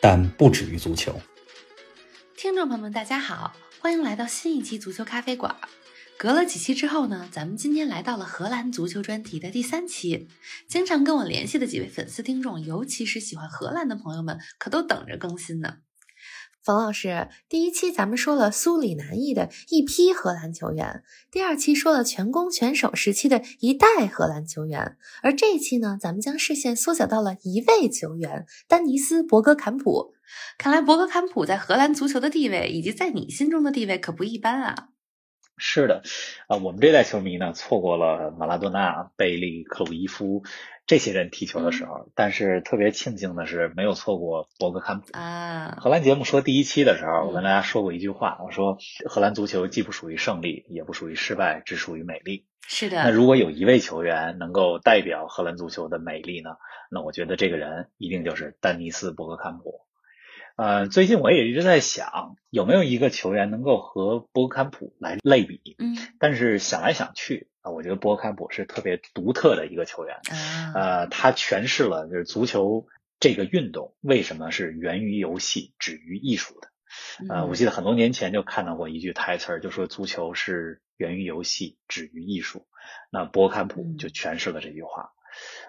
但不止于足球。听众朋友们，大家好，欢迎来到新一期足球咖啡馆。隔了几期之后呢，咱们今天来到了荷兰足球专题的第三期。经常跟我联系的几位粉丝听众，尤其是喜欢荷兰的朋友们，可都等着更新呢。冯老师，第一期咱们说了苏里南裔的一批荷兰球员，第二期说了全攻全守时期的一代荷兰球员，而这一期呢，咱们将视线缩小到了一位球员——丹尼斯·伯格坎普。看来伯格坎普在荷兰足球的地位，以及在你心中的地位可不一般啊！是的，啊、我们这代球迷呢，错过了马拉多纳、贝利、克鲁伊夫这些人踢球的时候，但是特别庆幸的是，没有错过博格坎普。啊，荷兰节目说第一期的时候，我嗯跟大家说过一句话，我说荷兰足球既不属于胜利，也不属于失败，只属于美丽。是那的，如果有一位球员能够代表荷兰足球的美丽呢，那我觉得这个人一定就是丹尼斯·伯格坎普。呃，最近我也一直在想，有没有一个球员能够和博格坎普来类比？嗯但是想来想去啊，我觉得博格坎普是特别独特的一个球员。啊，呃，他诠释了就是足球这个运动为什么是源于游戏，止于艺术的。嗯呃，我记得很多年前就看到过一句台词儿，就说足球是源于游戏，止于艺术。那博坎普嗯就诠释了这句话。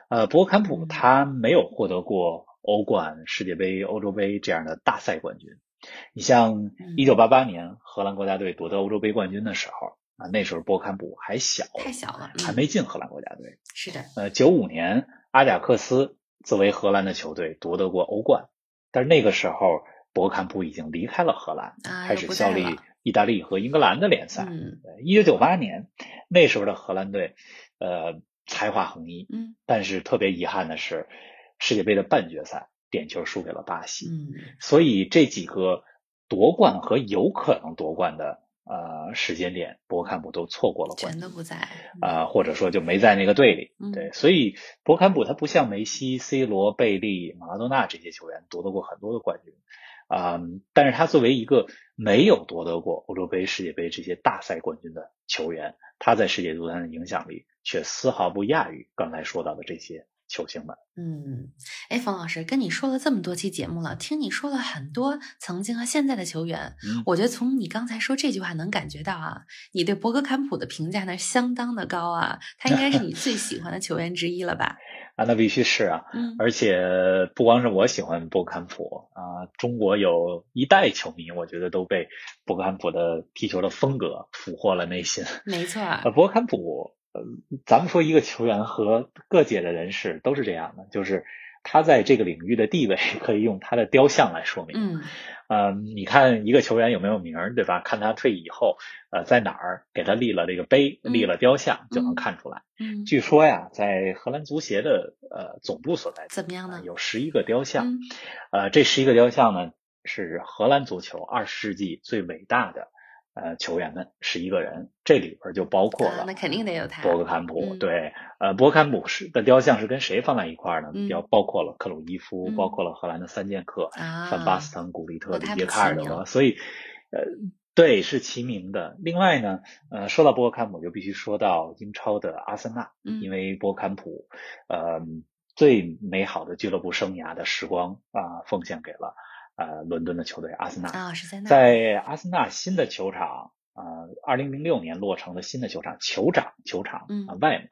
呃，博坎普嗯他没有获得过欧冠、世界杯、欧洲杯这样的大赛冠军。你像嗯一九八八年荷兰国家队夺得欧洲杯冠军的时候啊，那时候博坎普还小，太小了，还嗯，没进荷兰国家队。是的，呃，九五年阿贾克斯作为荷兰的球队夺得过欧冠，但是那个时候博坎普已经离开了荷兰，啊，开又始不效在力了，意大利和英格兰的联赛。嗯一九九八年，那时候的荷兰队，呃，才华横溢，嗯但是特别遗憾的是，世界杯的半决赛点球输给了巴西。嗯，所以这几个夺冠和有可能夺冠的呃时间点，博坎普都错过了冠全军都不在啊、或者说就没在那个队里。嗯对，所以博坎普他不像梅西、C 罗、贝利、马拉多纳这些球员夺得过很多的冠军，啊、但是他作为一个没有夺得过欧洲杯、世界杯这些大赛冠军的球员，他在世界足坛的影响力却丝毫不亚于刚才说到的这些球星们。嗯，哎，冯老师，跟你说了这么多期节目了，听你说了很多曾经和现在的球员，嗯我觉得从你刚才说这句话能感觉到啊，你对博格坎普的评价那是相当的高啊，他应该是你最喜欢的球员之一了吧？啊，那必须是啊，嗯， 而且不光是我喜欢博坎普啊，中国有一代球迷，我觉得都被博坎普的踢球的风格俘获了内心。没错儿，呃，博坎普，呃，咱们说一个球员和各界的人士都是这样的，就是他在这个领域的地位可以用他的雕像来说明。嗯，呃，你看一个球员有没有名儿，对吧？看他退役以后，呃，在哪儿给他立了这个碑，嗯立了雕像，就嗯能看出来。嗯，据说呀，在荷兰足协的呃总部所在地怎么样啊呢？有十一个雕像。嗯呃，这十一个雕像呢，是荷兰足球二十世纪最伟大的呃球员们十一个人，这里边就包括啊，了那肯定得有他，博格坎普。嗯对，呃，博格坎普是的雕像是跟谁放在一块儿呢？嗯要包括了克鲁伊夫，嗯包括了荷兰的三剑客、啊，范巴斯滕、古利特、哦里他耶们卡尔齐名德，啊所以呃，对，是齐名的。另外呢，呃，说到博格坎普，就必须说到英超的阿森纳，嗯，因为博格坎普，呃，最美好的俱乐部生涯的时光啊、奉献给了呃伦敦的球队阿森纳。啊是在那，在阿森纳新的球场，呃，二零零六年落成的新的球场，球场球场嗯啊外面，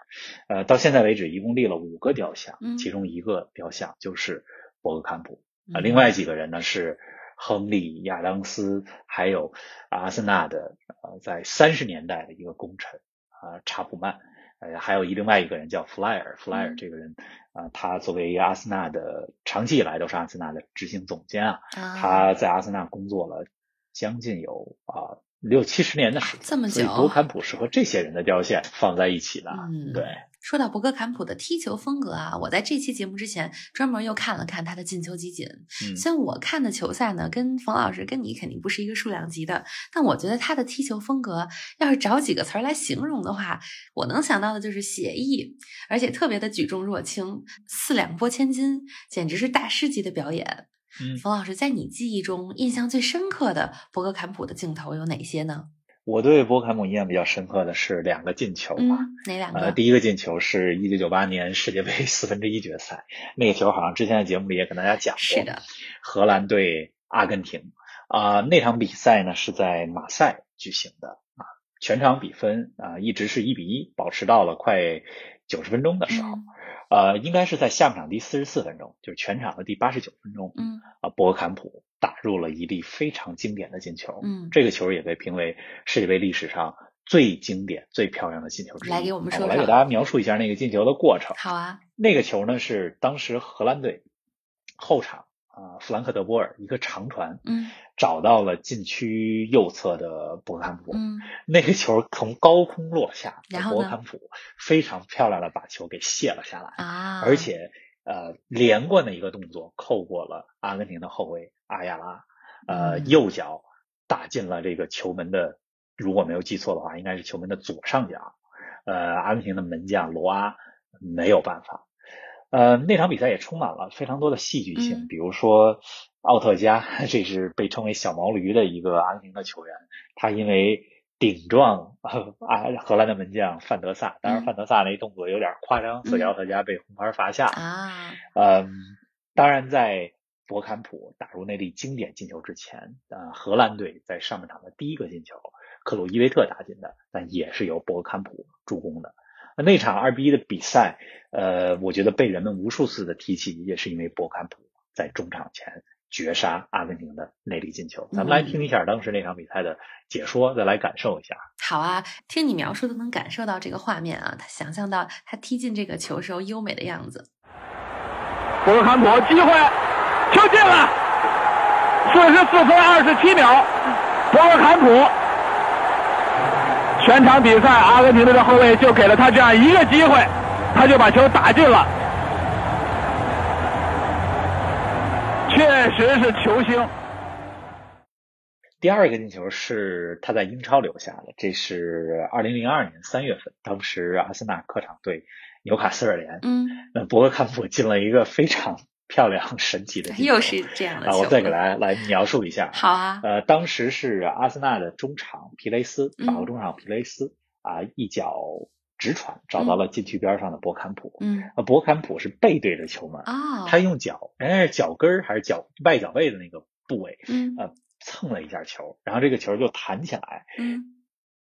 呃，到现在为止一共立了五个雕像，嗯其中一个雕像就是博格坎普啊、嗯另外几个人呢是亨利、亚当斯，还有阿森纳的呃在三十年代的一个功臣啊、查普曼。呃，还有一另外一个人叫弗莱尔，弗莱尔嗯这个人，啊、他作为阿森纳的长期以来都是阿森纳的执行总监啊，啊他在阿森纳工作了将近有啊六七十年的时间，这么久所以博坎普是和这些人的雕像放在一起的。嗯啊对，说到博格坎普的踢球风格啊，我在这期节目之前专门又看了看他的进球集锦。嗯，虽然我看的球赛呢，跟冯老师跟你肯定不是一个数量级的，但我觉得他的踢球风格，要是找几个词儿来形容的话，我能想到的就是写意，而且特别的举重若轻，四两拨千斤，简直是大师级的表演。嗯冯老师，在你记忆中印象最深刻的博格坎普的镜头有哪些呢？我对博坎普印象比较深刻的是两个进球吧。嗯，哪两个？呃，第一个进球是一九九八年世界杯 四分之一决赛，那个球好像之前的节目里也跟大家讲过。是的，荷兰对阿根廷啊、那场比赛呢是在马赛举行的啊，全场比分啊、一直是一比一，保持到了快九十分钟的时候，嗯呃，应该是在下半场第四十四分钟，就是全场的第八十九分钟，嗯啊，博格坎普打入了一粒非常经典的进球，嗯，这个球也被评为世界杯历史上最经典、最漂亮的进球之一。来给我们啊说我来说给大家描述一下那个进球的过程。好啊，那个球呢是当时荷兰队后场啊、弗兰克德波尔一个长传，嗯找到了禁区右侧的博格坎普，嗯那个球从高空落下，然后呢博格坎普非常漂亮的把球给卸了下来，啊，而且呃连贯的一个动作扣过了阿根廷的后卫阿亚拉，呃嗯右脚打进了这个球门的，如果没有记错的话，应该是球门的左上角。呃，阿根廷的门将罗阿没有办法。呃，那场比赛也充满了非常多的戏剧性，嗯比如说奥特加， 这是被称为小毛驴的一个阿根廷的球员，他因为顶撞呃啊荷兰的门将范德萨，当然嗯范德萨那动作有点夸张，所以嗯奥特加被红牌罚下。啊，嗯，当然在博坎普打入那粒经典进球之前，呃，荷兰队在上半场的第一个进球，克鲁伊维特打进的，但也是由博坎普助攻的。那那场二比一的比赛，呃，我觉得被人们无数次的提起，也是因为博坎普在中场前绝杀阿根廷的那粒进球。咱们来听一下当时那场比赛的解说，再来感受一下。好啊，听你描述都能感受到这个画面啊，他想象到他踢进这个球时候优美的样子。博格坎普机会，球进了，四十四分二十七秒，博格坎普。全场比赛，阿根廷队的后卫就给了他这样一个机会，他就把球打进了。确实是球星。第二个进球是他在英超留下的，这是二零零二年三月份，当时阿森纳客场对纽卡斯尔联，嗯，呃，博格坎普进了一个非常 漂亮、神奇的进球。又是这样的球。啊，我再给大家来描述一下。好啊，呃，当时是阿森纳的中场皮雷斯，嗯法国中场皮雷斯啊，一脚直传找到了禁区边上的博坎普。嗯，啊，博坎普是背对着球门，哦，呃他用脚，人家是脚跟儿还是脚外脚背的那个部位，嗯呃蹭了一下球，然后这个球就弹起来，嗯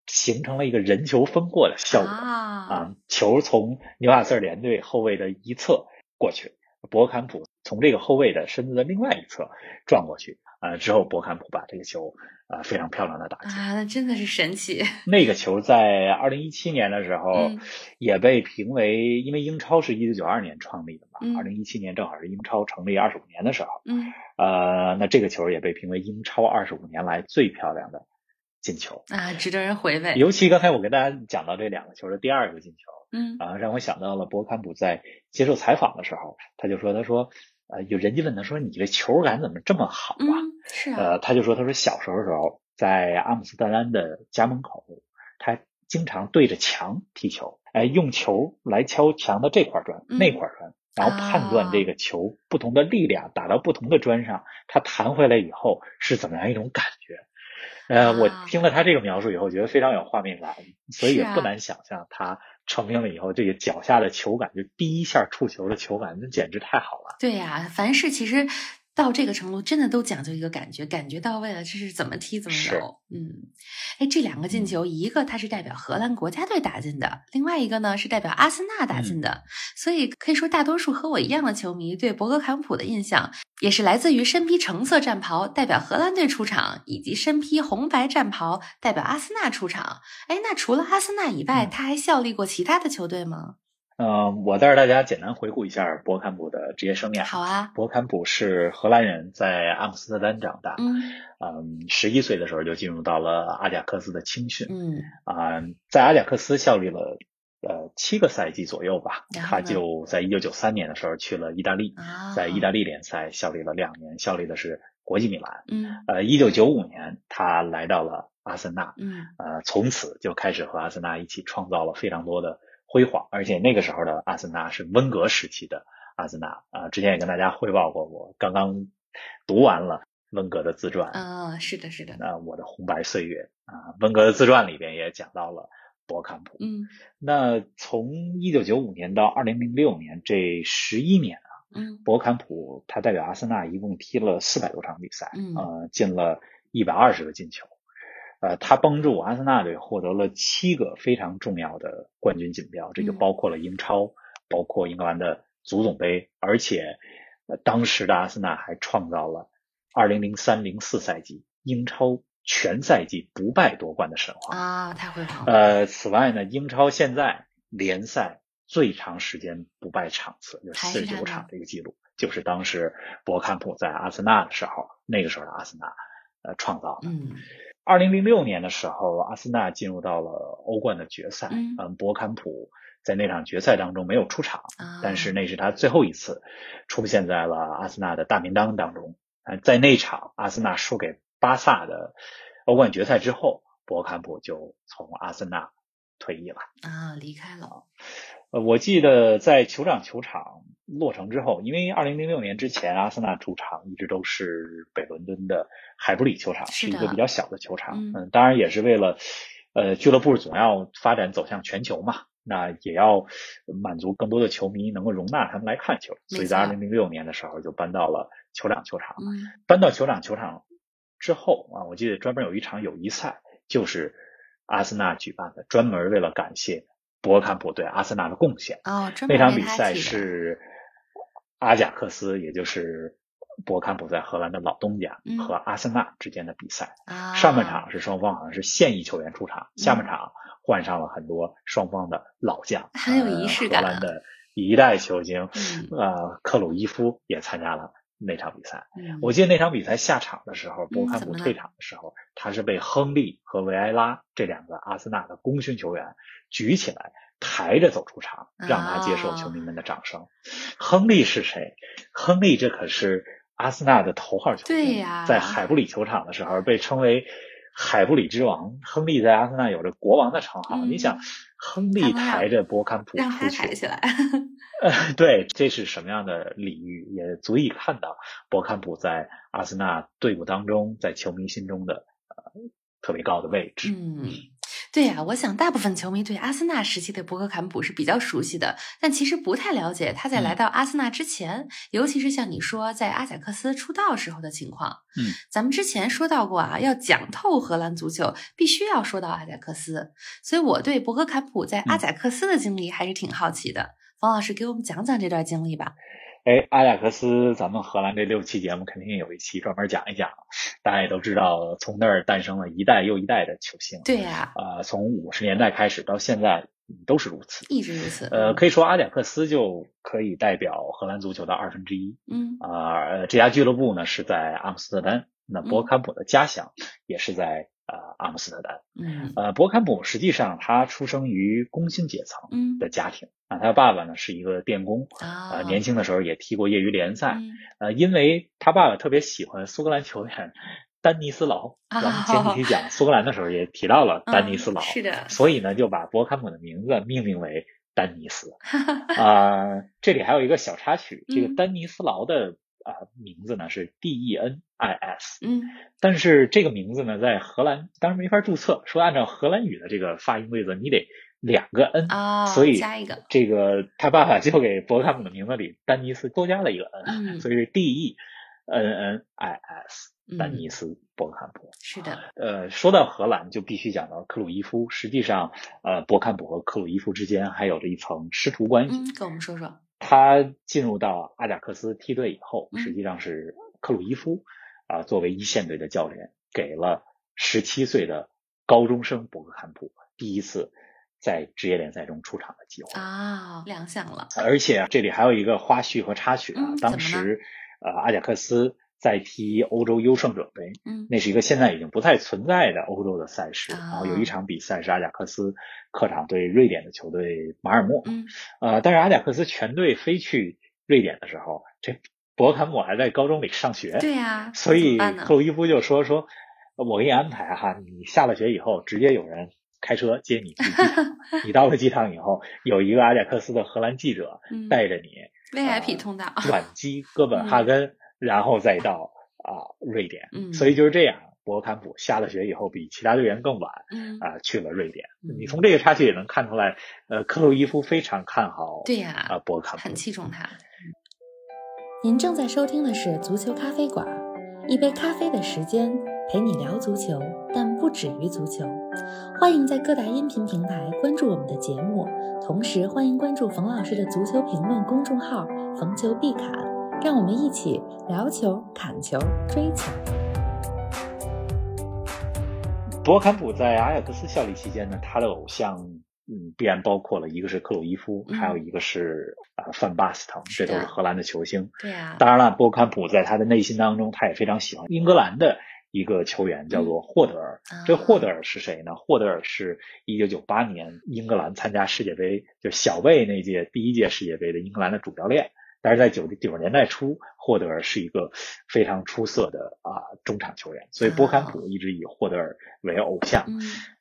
形成了一个人球分过的效果啊，啊，球从纽卡斯尔联队后卫的一侧过去，博坎普从这个后卫的身子的另外一侧转过去，啊，之后博坎普把这个球啊、非常漂亮的打进。啊，那真的是神奇。那个球在二零一七年的时候、嗯也被评为，因为英超是一九九二年创立的嘛嗯，二零一七年正好是英超成立二十五年的时候，嗯呃，那这个球也被评为英超二十五年来最漂亮的进球。啊，值得人回味。尤其刚才我跟大家讲到这两个球的第二个进球嗯啊，让我想到了博坎普在接受采访的时候，他就说：“他说，呃，有人家问他说你这球感怎么这么好啊嗯，是？”啊，呃，他就说：“他说小时候的时候，在阿姆斯特丹的家门口，他经常对着墙踢球，哎，用球来敲墙的这块砖、嗯啊那块砖，然后判断这个球不同的力量打到不同的砖上，它弹回来以后是怎么样一种感觉。呃，我啊听了他这个描述以后，觉得非常有画面感，所以是也啊不难想象他成名了以后，这个脚下的球感，就第一下触球的球感，那简直太好了。对呀、凡事其实到这个程度，真的都讲究一个感觉，感觉到位了，这是怎么踢怎么是嗯有。嗯，哎，这两个进球，一个它是代表荷兰国家队打进的，另外一个呢是代表阿森纳打进嗯的。所以可以说，大多数和我一样的球迷对博格坎普的印象，也是来自于身披橙色战袍代表荷兰队出场，以及身披红白战袍代表阿森纳出场。哎，那除了阿森纳以外，嗯他还效力过其他的球队吗？嗯、我带着大家简单回顾一下博坎普的职业生涯。好啊，博坎普是荷兰人，在阿姆斯特丹长大。嗯嗯，十一岁的时候就进入到了阿贾克斯的青训，嗯，啊、在阿贾克斯效力了呃七个赛季左右吧，然后他呢就在一九九三年的时候去了意大利，啊，在意大利联赛效力了两年，效力的是国际米兰。嗯呃，一九九五年他来到了阿森纳，嗯呃，从此就开始和阿森纳一起创造了非常多的辉煌，而且那个时候的阿森纳是温格时期的阿森纳啊、之前也跟大家汇报过，我刚刚读完了温格的自传，啊，是的，是的，那我的红白岁月啊，温格的自传里边也讲到了博坎普。嗯那从一九九五年到二零零六年这十一年啊，嗯博坎普他代表阿森纳一共踢了四百多场比赛，嗯呃，进了一百二十个进球。呃，他帮助阿森纳队获得了七个非常重要的冠军锦标，这就嗯包括了英超，包括英格兰的足总杯，而且、呃当时的阿森纳还创造了二零零三零四赛季英超全赛季不败夺冠的神话。啊，太辉煌了，呃，此外呢，英超现在联赛最长时间不败场次就是还是他四十呢九场这个记录，就是当时博坎普在阿森纳的时候，那个时候的阿森纳呃创造的。嗯二零零六年的时候，阿森纳进入到了欧冠的决赛，嗯嗯，博坎普在那场决赛当中没有出场，啊，但是那是他最后一次出现在了阿森纳的大名单当中。呃，在那场阿森纳输给巴萨的欧冠决赛之后，博坎普就从阿森纳退役了。啊离开了，呃，我记得在酋长球场落成之后，因为二零零六年之前，阿森纳主场一直都是北伦敦的海布里球场，是是一的个比较小的球场嗯。嗯，当然也是为了，呃，俱乐部总要发展走向全球嘛，那也要满足更多的球迷能够容纳他们来看球，所以在没二错零零六年的时候就搬到了酋长球场。嗯搬到酋长球场之后啊，我记得专门有一场友谊赛，就是阿森纳举办的，专门为了感谢博坎普对阿森纳的贡献。哦，专门那场为比他赛起的是阿贾克斯，也就是博坎普在荷兰的老东家嗯和阿森纳之间的比赛。啊，上半场是双方好像是现役球员出场，下半嗯场换上了很多双方的老将， 很有仪呃式荷感啊兰的一代球星，嗯呃，克鲁伊夫也参加了那场比赛。嗯我记得那场比赛下场的时候，博嗯坎怎普么了退场的时候，他是被亨利和维埃拉这两个阿森纳的功勋球员举起来抬着走出场，让他接受球迷们的掌声。啊亨利是谁？亨利这可是阿森纳的头号球员，对呀在海布里球场的时候被称为。海布里之王亨利在阿森纳有着国王的称号。嗯你想，他亨能利让抬着博坎普让出他去抬，起来，呃， 对，这是什么样的礼遇，也足以看到博坎普在阿森纳队伍当中，在球迷心中的呃特别高的位置。嗯，对呀、我想大部分球迷对阿森纳时期的博格坎普是比较熟悉的，但其实不太了解他嗯在来到阿森纳之前，尤其是像你说在阿贾克斯出道时候的情况。嗯，咱们之前说到过啊，要讲透荷兰足球，必须要说到阿贾克斯，所以我对博格坎普在嗯阿贾克斯的经历还是挺好奇的。王老师给我们讲讲这段经历吧。哎，阿贾克斯，咱们荷兰这六期节目肯定有一期专门讲一讲，大家也都知道，从那儿诞生了一代又一代的球星。对呀、啊、从五十年代开始到现在嗯都是如此。一直如此。呃，嗯可以说阿贾克斯就可以代表荷兰足球的二分之一。嗯啊、呃，这家俱乐部呢是在阿姆斯特丹，那嗯博坎普的家乡也是在呃阿姆斯特丹。嗯呃，博坎普实际上他出生于工薪阶层嗯的家庭啊，他爸爸呢是一个电工，啊呃，年轻的时候也踢过业余联赛，嗯呃，因为他爸爸特别喜欢苏格兰球员丹尼斯劳，咱们前几期讲苏格兰的时候也提到了丹尼斯劳，啊嗯是的所以呢就把博坎普的名字命名为丹 尼斯。啊、这里还有一个小插曲，这嗯个丹尼斯劳的啊、呃名字呢是 D E N I S，嗯但是这个名字呢在荷兰当然没法注册，说按照荷兰语的这个发音规则，你得两个 N 啊，所以加一个这个他爸爸就给博坎普的名字里丹尼斯多加了一个 N，、嗯所以是 D E N N I S，丹嗯尼斯博坎普。是的。呃，说到荷兰，就必须讲到克鲁伊夫。实际上，呃，博坎普和克鲁伊夫之间还有着一层师徒关系。嗯，跟我们说说。他进入到阿贾克斯梯队以后，嗯实际上是克鲁伊夫啊、作为一线队的教练，给了十七岁的高中生博格坎普第一次在职业联赛中出场的机会。啊，亮相了。而且这里还有一个花絮和插曲啊，嗯当时呃阿贾克斯在踢欧洲优胜者杯，嗯那是一个现在已经不再存在的欧洲的赛事。啊然后有一场比赛是阿贾克斯客场对瑞典的球队马尔默，嗯呃，但是阿贾克斯全队飞去瑞典的时候，这伯坎姆还在高中里上学，对呀、哎所怎以么办呢克鲁伊夫就说说，我给你安排哈，你下了学以后，直接有人开车接你去机场， 你到了机场以后，有一个阿贾克斯的荷兰记者嗯带着你，VIP 通道，转机哥本哈根，然后再到啊瑞典，嗯所以就是这样。博坎普下了学以后，比其他队员更晚嗯，啊、去了瑞典。嗯你从这个插曲也能看出来，呃，克洛伊夫非常看好对呀、啊嗯博坎普很。器重他。您正在收听的是《足球咖啡馆》，一杯咖啡的时间陪你聊足球，但不止于足球。欢迎在各大音频平台关注我们的节目，同时欢迎关注冯老师的足球评论公众号“冯球必侃”，让我们一起聊球、砍球、追球。博坎普在阿贾克斯效力期间呢，他的偶像，嗯，必然包括了一个是克鲁伊夫，嗯还有一个是啊、范巴斯滕，是这的啊都是荷兰的球星。对呀、当然了，博坎普在他的内心当中，他也非常喜欢英格兰的一个球员，叫做霍德尔。这嗯霍德尔是谁呢？霍德尔是一九九八年英格兰参加世界杯，就小贝那届第一届世界杯的英格兰的主教练。但是在九九十年代初，霍德尔是一个非常出色的啊、中场球员，所以博坎普一直以霍德尔为偶像。嗯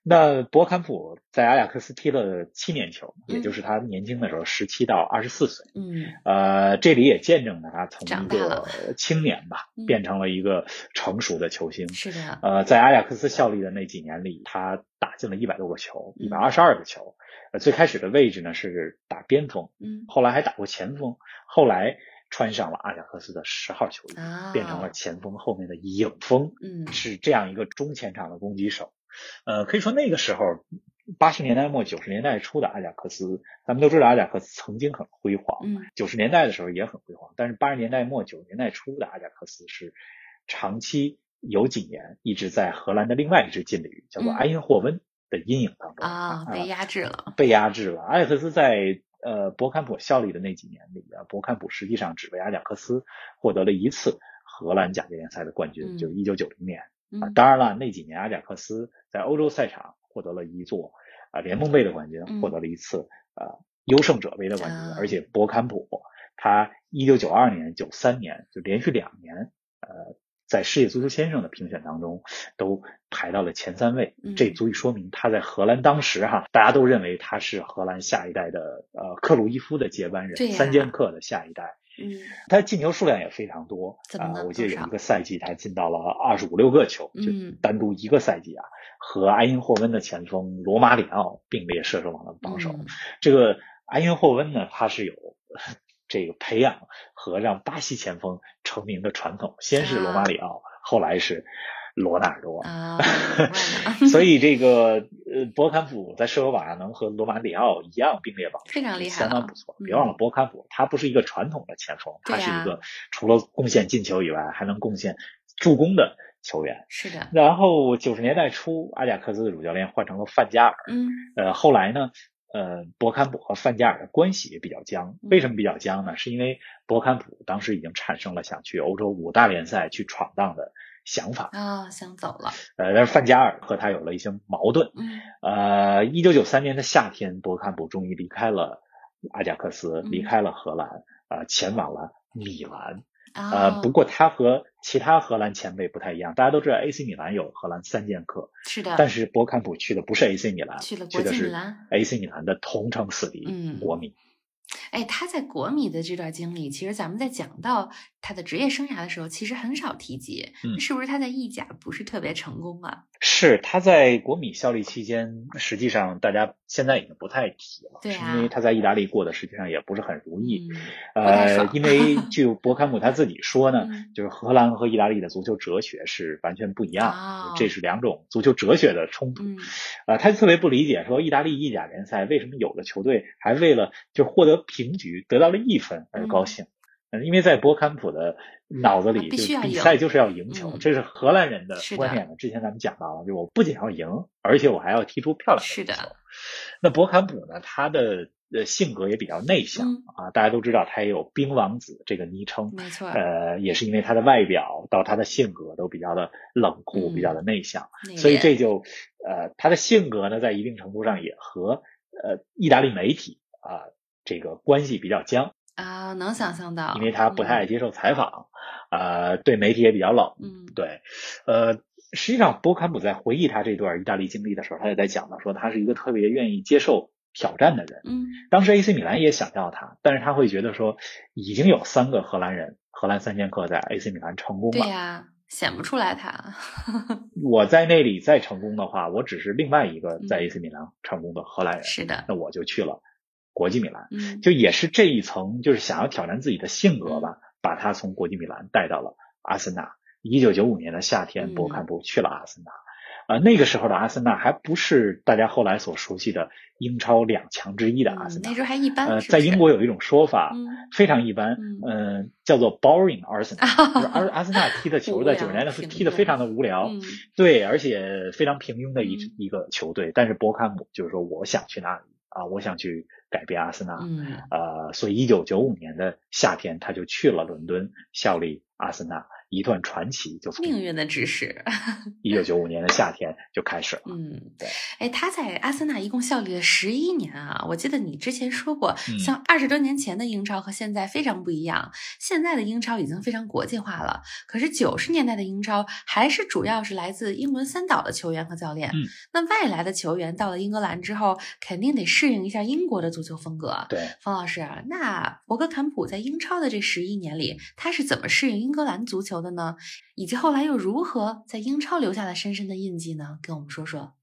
那博坎普在阿贾克斯踢了七年球，嗯也就是他年轻的时候，十七到二十四岁。嗯呃，这里也见证了他从长一大了个青年吧嗯，变成了一个成熟的球星。是的，呃，在阿贾克斯效力的那几年里，他打进了一百多个球，嗯一百二十二个球。呃，最开始的位置呢是打边锋，嗯后来还打过前锋，后来穿上了阿贾克斯的十号球衣，啊变成了前锋后面的影锋。嗯是这样一个中前场的攻击手。呃，可以说那个时候，八十年代末九十年代初的阿贾克斯，咱们都知道阿贾克斯曾经很辉煌，嗯九十年代的时候也很辉煌，但是八十年代末九十年代初的阿贾克斯是长期有几年一直在荷兰的另外一支劲旅叫做嗯埃因霍温的阴影当中啊、被压制了，被压制了。阿贾克斯在呃博坎普效力的那几年里啊，博坎普实际上只为阿贾克斯获得了一次荷兰甲级联赛的冠军，嗯就一九九零年啊嗯。当然了，那几年阿贾克斯在欧洲赛场获得了一座啊、联盟杯的冠嗯军，获得了一次呃优胜者杯的冠军，啊而且博坎普他一九九二年、九三年就连续两年呃。在世界足球先生的评选当中，都排到了前三位，嗯这足以说明他在荷兰当时哈、大家都认为他是荷兰下一代的呃克鲁伊夫的接班人，对呀三剑客的下一代。嗯他进球数量也非常多怎么啊、呢我记得多少有一个赛季他进到了二十五六个球，嗯就单独一个赛季啊，和埃因霍温的前锋罗马里奥并列射手榜的榜首。嗯这个埃因霍温呢，他是有这个培养和让巴西前锋成名的传统，先是罗马里奥，后来是罗纳尔多。啊，明白了 所以这个呃，博坎普在射手榜上能和罗马里奥一样并列榜首，非常厉害相了当不错。嗯别忘了，博坎普他不是一个传统的前锋，对他呀是一个除了贡献进球以外，还能贡献助攻的球员。是的，然后九十年代初，阿贾克斯的主教练换成了范加尔，嗯呃，后来呢，呃，博坎普和范加尔的关系也比较僵。为什么比较僵呢？是因为博坎普当时已经产生了想去欧洲五大联赛去闯荡的想法，啊、想走了，呃，但是范加尔和他有了一些矛盾。嗯呃，一九九三年的夏天，博坎普终于离开了阿贾克斯，嗯离开了荷兰，呃，前往了米兰。啊、呃，不过他和其他荷兰前辈不太一样，大家都知道 AC 米兰有荷兰三剑客，是的，但是博坎普去的不是 AC 米兰，去了国去的际米是兰。 AC 米兰的同城死敌、嗯国米。哎，他在国米的这段经历，其实咱们在讲到他的职业生涯的时候，其实很少提及。嗯那是不是他在意甲不是特别成功啊？是他在国米效力期间，实际上大家现在已经不太提了，对啊是因为他在意大利过得实际上也不是很如意。嗯，不太呃爽，因 为据博坎普他自己说呢，嗯就是荷兰和意大利的足球哲学是完全不一样的，哦这是两种足球哲学的冲突。嗯呃，他特别不理解说意大利意甲联赛为什么有的球队还为了就获得平局得到了一分而嗯高兴。呃因为在博坎普的脑子啊里，必就须要比赢赛就是要赢球，嗯这是荷兰人的是的观念了。之前咱们讲到了，就我不仅要赢，而且我还要踢出漂亮的是的一球。那博坎普呢，他的呃性格也比较内向、嗯啊，大家都知道他也有冰王子这个昵称，没错，呃，也是因为他的外表到他的性格都比较的冷酷，嗯比较的内向，内所以敛这就呃他的性格呢，在一定程度上也和呃意大利媒体啊、这个关系比较僵，啊，能想象到，嗯因为他不太爱接受采访，呃，对媒体也比较冷，嗯，嗯，对，呃，实际上波坎普在回忆他这段意大利经历的时候，他也在讲到说，他是一个特别愿意接受挑战的人。嗯，当时 AC 米兰也想要他，但是他会觉得说，已经有三个荷兰人，荷兰三剑客在 AC 米兰成功对了，呀、显不出来他，我在那里再成功的话，我只是另外一个在嗯 AC 米兰成功的荷兰人，是的，那我就去了国际米兰。嗯，就也是这一层，就是想要挑战自己的性格吧，把他从国际米兰带到了阿森纳。一九九五年的夏嗯天，博坎普去了阿森纳。啊，那个时候的阿森纳还不是大家后来所熟悉的英超两强之一的阿嗯森纳那。时候还一般，呃，是不在是英，国有一种说法，嗯，非常一般，嗯嗯、叫做 boring Arsenal，就是 阿阿森纳踢的无球聊在九十年代是平踢得非常的无聊，嗯对，而且非常平庸的一、嗯一个球队。但是博坎姆就是说，我想去哪里啊？我想去改变阿森纳，嗯呃，所以一九九五年的夏天，他就去了伦敦效力阿森纳，一段传奇就从命运的指使，一九九五年的夏天就开始了。嗯对，哎，他在阿森纳一共效力了十一年啊！我记得你之前说过，嗯像二十多年前的英超和现在非常不一样，现在的英超已经非常国际化了，可是九十年代的英超还是主要是来自英伦三岛的球员和教练。嗯那外来的球员到了英格兰之后，肯定得适应一下英国的足球风格。对，冯老师，哦啊那博格坎普在英超的这十一年里，他是怎么适应英格兰足球的呢？以及后来又如何在英超留下了深深的印记呢？跟我们说说。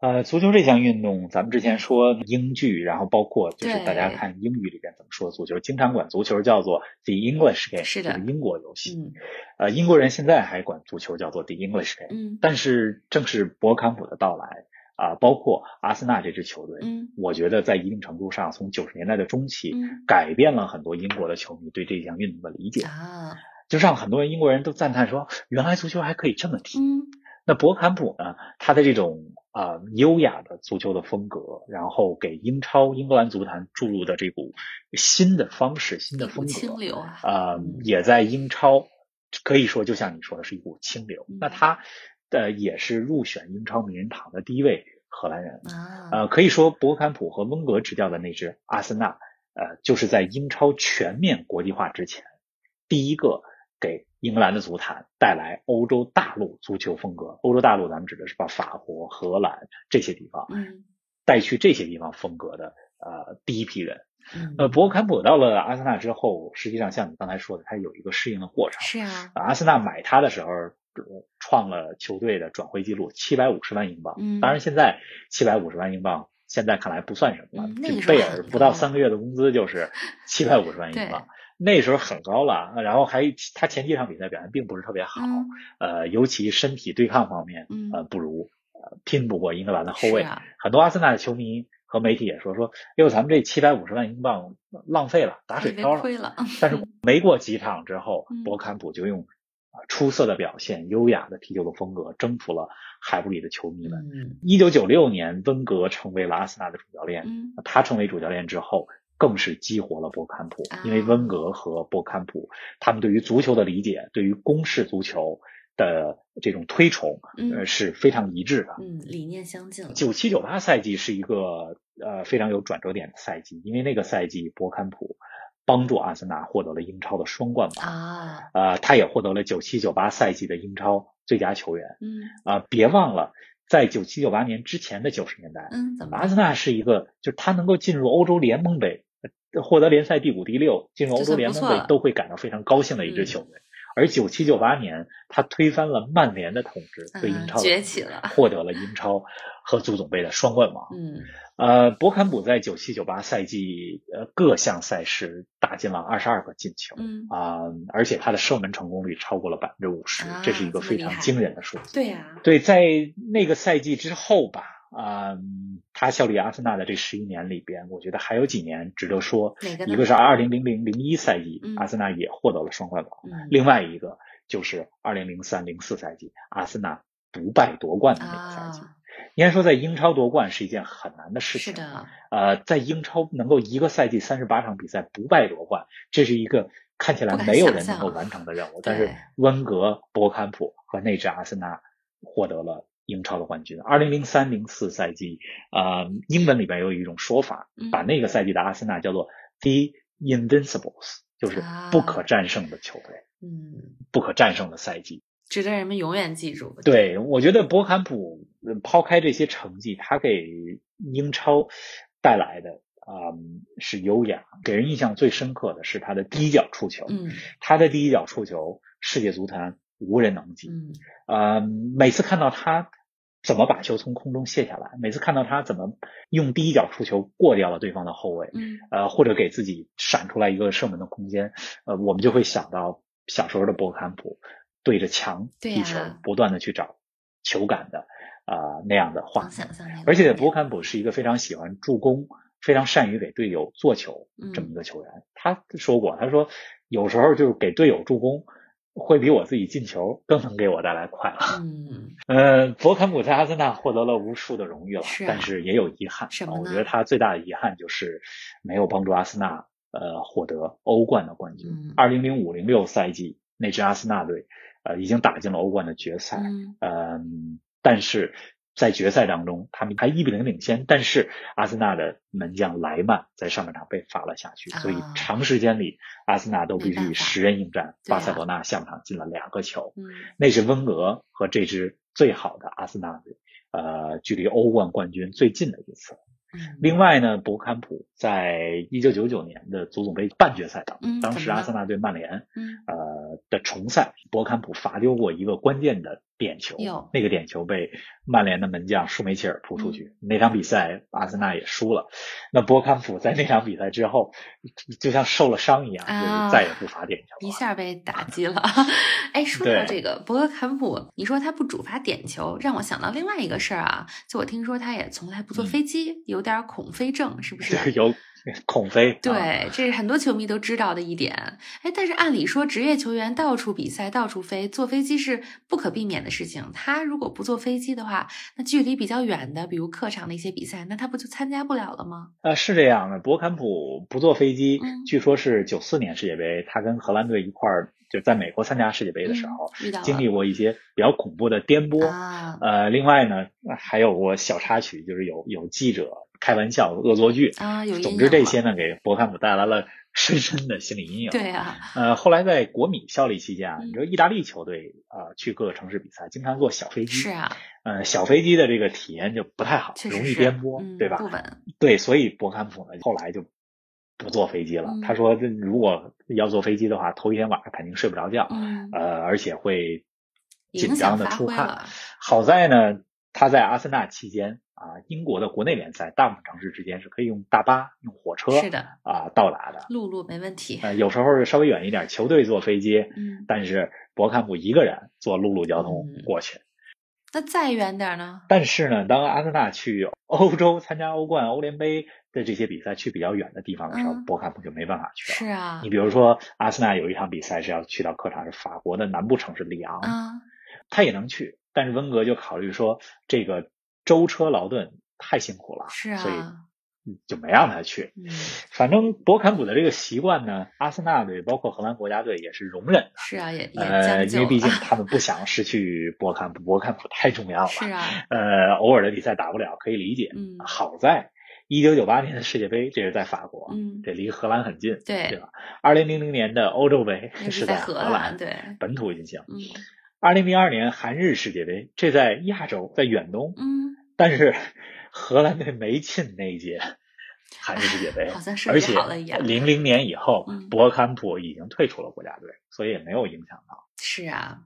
呃，足球这项运动，咱们之前说英剧，然后包括就是大家嗯对看英语里边怎么说足球，经常管足球叫做 the English game，是的就是英国游戏。嗯呃，英国人现在还管足球叫做 the English game，嗯但是正是博坎普的到来啊、包括阿森纳这支球队，嗯我觉得在一定程度上，从九十年代的中期，嗯改变了很多英国的球迷对这项运动的理解，啊就让很多英国人都赞叹说，原来足球还可以这么踢。嗯那博坎普呢，他的这种啊、呃优雅的足球的风格，然后给英超英格兰足坛注入的这股新的方式、新的一股风清格，流啊呃嗯，也在英超可以说就像你说的是一股清流。嗯那他呃也是入选英超名人堂的第一位荷兰人。啊呃，可以说博坎普和温格执教的那支阿森纳，呃，就是在英超全面国际化之前，第一个给英格兰的足坛带来欧洲大陆足球风格。欧洲大陆咱们指的是把法国、荷兰这些地方嗯带去这些地方风格的呃第一批人。嗯呃，博坎普到了阿森纳之后，实际上像你刚才说的，他有一个适应的过程。是啊呃阿森纳买他的时候，呃创了球队的转会记录，七百五十万英镑。嗯当然，现在七百五十万英镑，现在看来不算什么了。嗯那个就时候贝很尔高不到了三个月的工资就是七百五十万英对镑，那时候很高了。然后还他前几场比赛表现并不是特别好，嗯呃，尤其身体对抗方面，嗯呃，不如、呃拼不过英格兰的后是卫。啊很多阿森纳的球迷和媒体也说说，哟，咱们这七百五十万英镑浪费了，打以水为漂了。亏了但是没过几场之后嗯，博坎普就用啊出色的表现、优雅的踢球的风格，征服了海布里的球迷们。嗯一九九六年，温格成为了阿森纳的主教练。嗯他成为主教练之后，更是激活了博坎普啊，因为温格和博坎普他们对于足球的理解，对于攻势足球的这种推崇，呃，嗯是非常一致的。嗯理念相近了九七九八赛季是一个呃非常有转折点的赛季，因为那个赛季博坎普帮助阿森纳获得了英超的双冠马，啊呃，他也获得了九七九八赛季的英超最佳球员。嗯啊、别忘了，在九七九八年之前的九十年代，嗯怎么阿了森纳是一个就是他能够进入欧洲联盟杯，呃获得联赛第五、第六，进入欧洲联就盟算不错了嗯杯都会感到非常高兴的一支球队。而九七九八年，他推翻了曼联的统治，对英嗯超的崛统起治了 获得了英超和足总杯的双冠王。嗯呃，博坎普在九七九八赛季呃各项赛事打进了二十二个进球嗯啊、而且他的射门成功率超过了百分之五十啊，这是一这么个非厉害常惊人的数字。对啊呀对，在那个赛季之后吧，啊、他效力阿森纳的这十一年里边，我觉得还有几年值得说，哪个呢一个是二零零零零一赛季嗯，阿森纳也获得了双冠王，嗯另外一个就是二零零三零四赛季，阿森纳不败夺冠的那个赛季。啊应该说，在英超夺冠是一件很难的事情。是的，呃，在英超能够一个赛季三十八场比赛不败夺冠，这是一个看起来没有人能够完成的任务。但是温格、博坎普和那支阿森纳获得了英超的冠军。二零零三零四赛季，呃，英文里边有一种说法，嗯把那个赛季的阿森纳叫做 The Invincibles，就是啊不可战胜的球队。嗯，不可战胜的赛季。值得人们永远记住。对，我觉得博坎普呃抛开这些成绩，他给英超带来的啊、嗯、是优雅。给人印象最深刻的是他的第一脚触球，嗯，他的第一脚触球，世界足坛无人能及。嗯，啊、嗯，每次看到他怎么把球从空中卸下来，每次看到他怎么用第一脚触球过掉了对方的后卫，嗯，呃，或者给自己闪出来一个射门的空间，呃，我们就会想到小时候的博坎普。对着墙对啊地球不断的去找球感的啊、呃、那样的画面，而且博坎普是一个非常喜欢助攻、非常善于给队友做球这么一个球员。嗯、他说过，他说有时候就是给队友助攻会比我自己进球更能给我带来快乐。嗯，呃，博坎普在阿森纳获得了无数的荣誉了，是啊、但是也有遗憾。啊什么我觉得他最大的遗憾就是没有帮助阿森纳呃获得欧冠的冠军。嗯二零零五零六赛季那支阿森纳队。呃，已经打进了欧冠的决赛，嗯、呃，但是在决赛当中，他们还一比零领先，但是阿森纳的门将莱曼在上半场被罚了下去，啊、所以长时间里阿森纳都必须以十人应战。对啊、巴塞罗那下半场进了两个球，嗯、那是温格和这支最好的阿森纳队，呃，距离欧冠冠军最近的一次。嗯、另外呢，博坎普在一九九九年的足总杯半决赛当嗯、中，当时阿森纳对曼联，嗯、呃的重赛，博坎普罚丢过一个关键的点球，那个点球被曼联的门将舒梅切尔扑出嗯去。那场比赛阿森纳也输了。那博坎普在那场比赛之后，就像受了伤一样，啊、就是再也不罚点球，一下被打击了。 哎，说到这个博坎普，你说他不主罚点球，让我想到另外一个事儿啊，就我听说他也从来不坐飞机，有。有点恐飞症是不是？嗯有恐飞，啊对，这是很多球迷都知道的一点。哎，但是按理说，职业球员到处比赛、到处飞，坐飞机是不可避免的事情。他如果不坐飞机的话，那距离比较远的，比如客场的一些比赛，那他不就参加不了了吗？呃，是这样的，博坎普不坐飞机，嗯、据说是九四年世界杯，他跟荷兰队一块儿。就在美国参加世界杯的时候，嗯、经历过一些比较恐怖的颠簸。啊、呃，另外呢，还有过小插曲，就是有有记者开玩笑恶作剧啊。有总之这些呢，给博坎普带来了深深的心理阴影。对啊。呃，后来在国米效力期间啊，嗯、你说意大利球队啊、呃、去各个城市比赛，经常坐小飞机。是啊。呃，小飞机的这个体验就不太好，容易颠簸，嗯、对吧？不稳。对，所以博坎普呢，后来就。不坐飞机了，嗯、他说，如果要坐飞机的话，头一天晚上肯定睡不着觉，嗯、呃，而且会紧张的出汗。了好在呢，他在阿森纳期间啊，英国的国内联赛大部分城市之间是可以用大巴、用火车是的啊到达的，陆路没问题。呃，有时候稍微远一点，球队坐飞机，嗯、但是博坎普一个人坐陆路交通过去。那再远点呢？但是呢，当阿森纳去欧洲参加欧冠、欧联杯的这些比赛，去比较远的地方的时候，嗯博坎普就没办法去了。是啊，你比如说，阿森纳有一场比赛是要去到客场，是法国的南部城市里昂，啊，他也能去，但是温格就考虑说，这个舟车劳顿太辛苦了，是啊，所以就没让他去。嗯，反正博坎普的这个习惯呢，阿森纳队包括荷兰国家队也是容忍的。是啊，也也呃，将就因为毕了竟他们不想失去博坎普，博坎普太重要了。是啊，呃，偶尔的比赛打不了可以理解。嗯好在一九九八年的世界杯，这是在法国，嗯，这离荷兰很近，对对吧？二零零零年的欧洲杯那是在荷兰，对，本土进行，嗯二零零二年韩日世界杯，这在亚洲，在远东，嗯， 但是荷兰队没进那 一届韩日世界杯好，像是而也且好了一样，零零年以后嗯，博坎普已经退出了国家队，所以也没有影响到。是啊。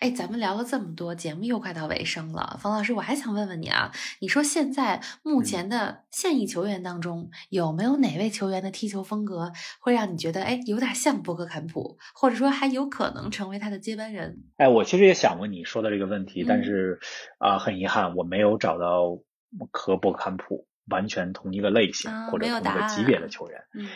哎，咱们聊了这么多，节目又快到尾声了。冯老师，我还想问问你啊，你说现在目前的现役球员当中，有没有哪位球员的踢球风格会让你觉得，哎，有点像博格坎普，或者说还有可能成为他的接班人？哎，我其实也想问你说的这个问题，嗯但是啊、很遗憾，我没有找到和博坎普完全同一个类型啊或者没有同一答个案级别的球员。嗯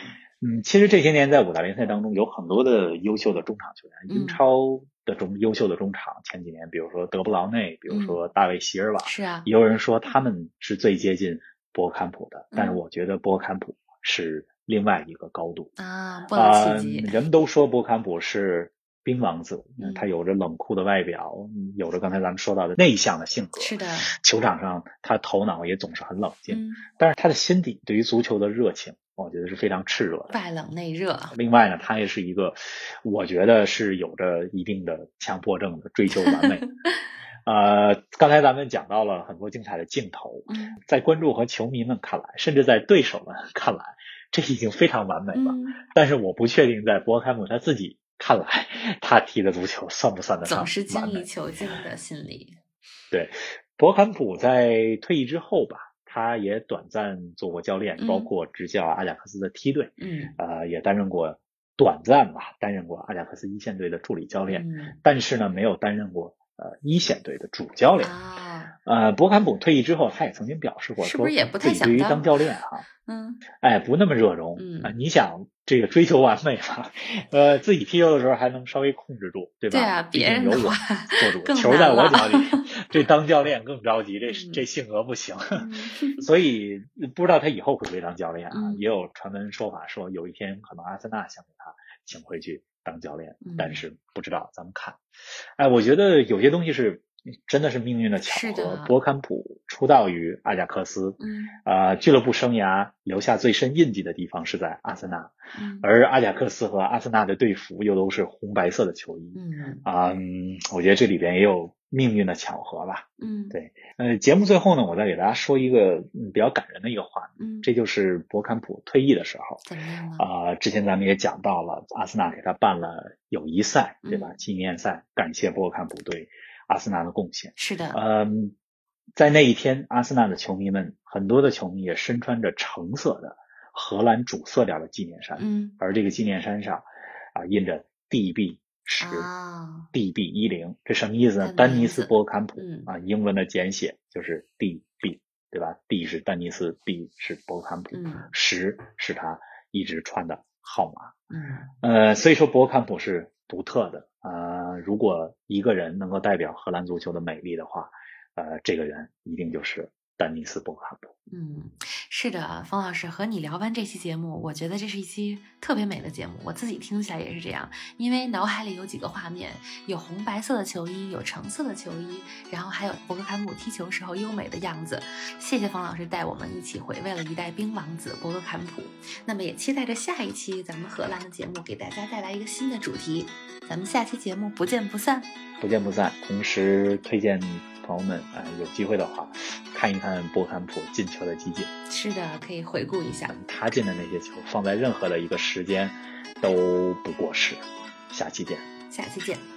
嗯，其实这些年在五大联赛当中，有很多的优秀的中场球员，嗯英超的中优秀的中场，前几年比如说德布劳内，比如嗯说大卫席尔瓦，是啊，也有人说他们是最接近博坎普的，但嗯是我觉得博坎普是另外一个高度啊，不啊、能企及。人们都说博坎普是冰王子，嗯他有着冷酷的外表，嗯有着刚才咱们说到的内向的性格，是的，球场上他头脑也总是很冷静，嗯，但是他的心底对于足球的热情，我觉得是非常炽热的。外冷内热，另外呢，他也是一个，我觉得是有着一定的强迫症的，追求完 美。呃，刚才咱们讲到了很多精彩的镜头，嗯在观众和球迷们看来，甚至在对手们看来，这已经非常完美了。嗯，但是我不确定在博坎姆他自己看来， 他踢的足球算不算得上总是精完美益求精的心理。博坎普在退役之后吧，他也短暂做过教练，嗯包括执教阿贾克斯的梯队，嗯呃，也担任过短暂吧，担任过阿贾克斯一线队的助理教练，嗯但是呢，没有担任过呃一线队的主教练。啊，呃，博坎普退役之后，他也曾经表示过是说，不是也不太自己想对于当当教练啊哈、嗯哎，不那么热衷。嗯啊你想这个追求完美嘛？呃，自己踢球的时候还能稍微控制住，对吧？对啊毕竟别人有的我话做主，更球在我难脚了里，这当教练更着急，这嗯这性格不行。嗯 所以不知道他以后会不会当教练啊？嗯也有传闻说法说有一天可能阿森纳想给他请回去当教练，嗯但是不知道，咱们看。哎，我觉得有些东西是真的是命运的巧是的合。博坎普出道于阿贾克斯，嗯呃，俱乐部生涯留下最深印记的地方是在阿森纳，嗯而阿贾克斯和阿森纳的队服又都是红白色的球衣。嗯啊、嗯，我觉得这里边也有命运的巧合吧。嗯，对呃，节目最后呢，我再给大家说一个嗯比较感人的一个画面，嗯，这就是博坎普退役的时候怎么样了？啊、之前咱们也讲到了，阿森纳给他办了友谊赛，对嗯吧？纪念赛，感谢博坎普对阿森纳的贡献。是的，嗯，在那一天，阿森纳的球迷们，很多的球迷也身穿着橙色的荷兰主色调的纪念衫，嗯而这个纪念衫上啊印着 DB 十、啊， DB 一零，这什么意思呢？丹尼丹尼斯斯波坎普、嗯啊，英文的简写就是 DB，对吧？D 是丹尼斯，B 是波坎普，嗯十是他一直穿的号码。嗯呃，所以说博坎普是独特的。呃，如果一个人能够代表荷兰足球的美丽的话，呃，这个人一定就是丹尼斯博坎普。嗯，是的，冯老师和你聊完这期节目，我觉得这是一期特别美的节目，我自己听起来也是这样，因为脑海里有几个画面，有红白色的球衣，有橙色的球衣，然后还有博格坎姆踢球时候优美的样子。谢谢冯老师带我们一起回味了一代冰王子博格坎普，那么也期待着下一期咱们荷兰的节目给大家带来一个新的主题，咱们下期节目不见不散。不见不散。同时推荐朋友们，呃，有机会的话，看一看博坎普进球的集锦。是的，可以回顾一下。他进的那些球，放在任何的一个时间都不过时。下期见。下期见。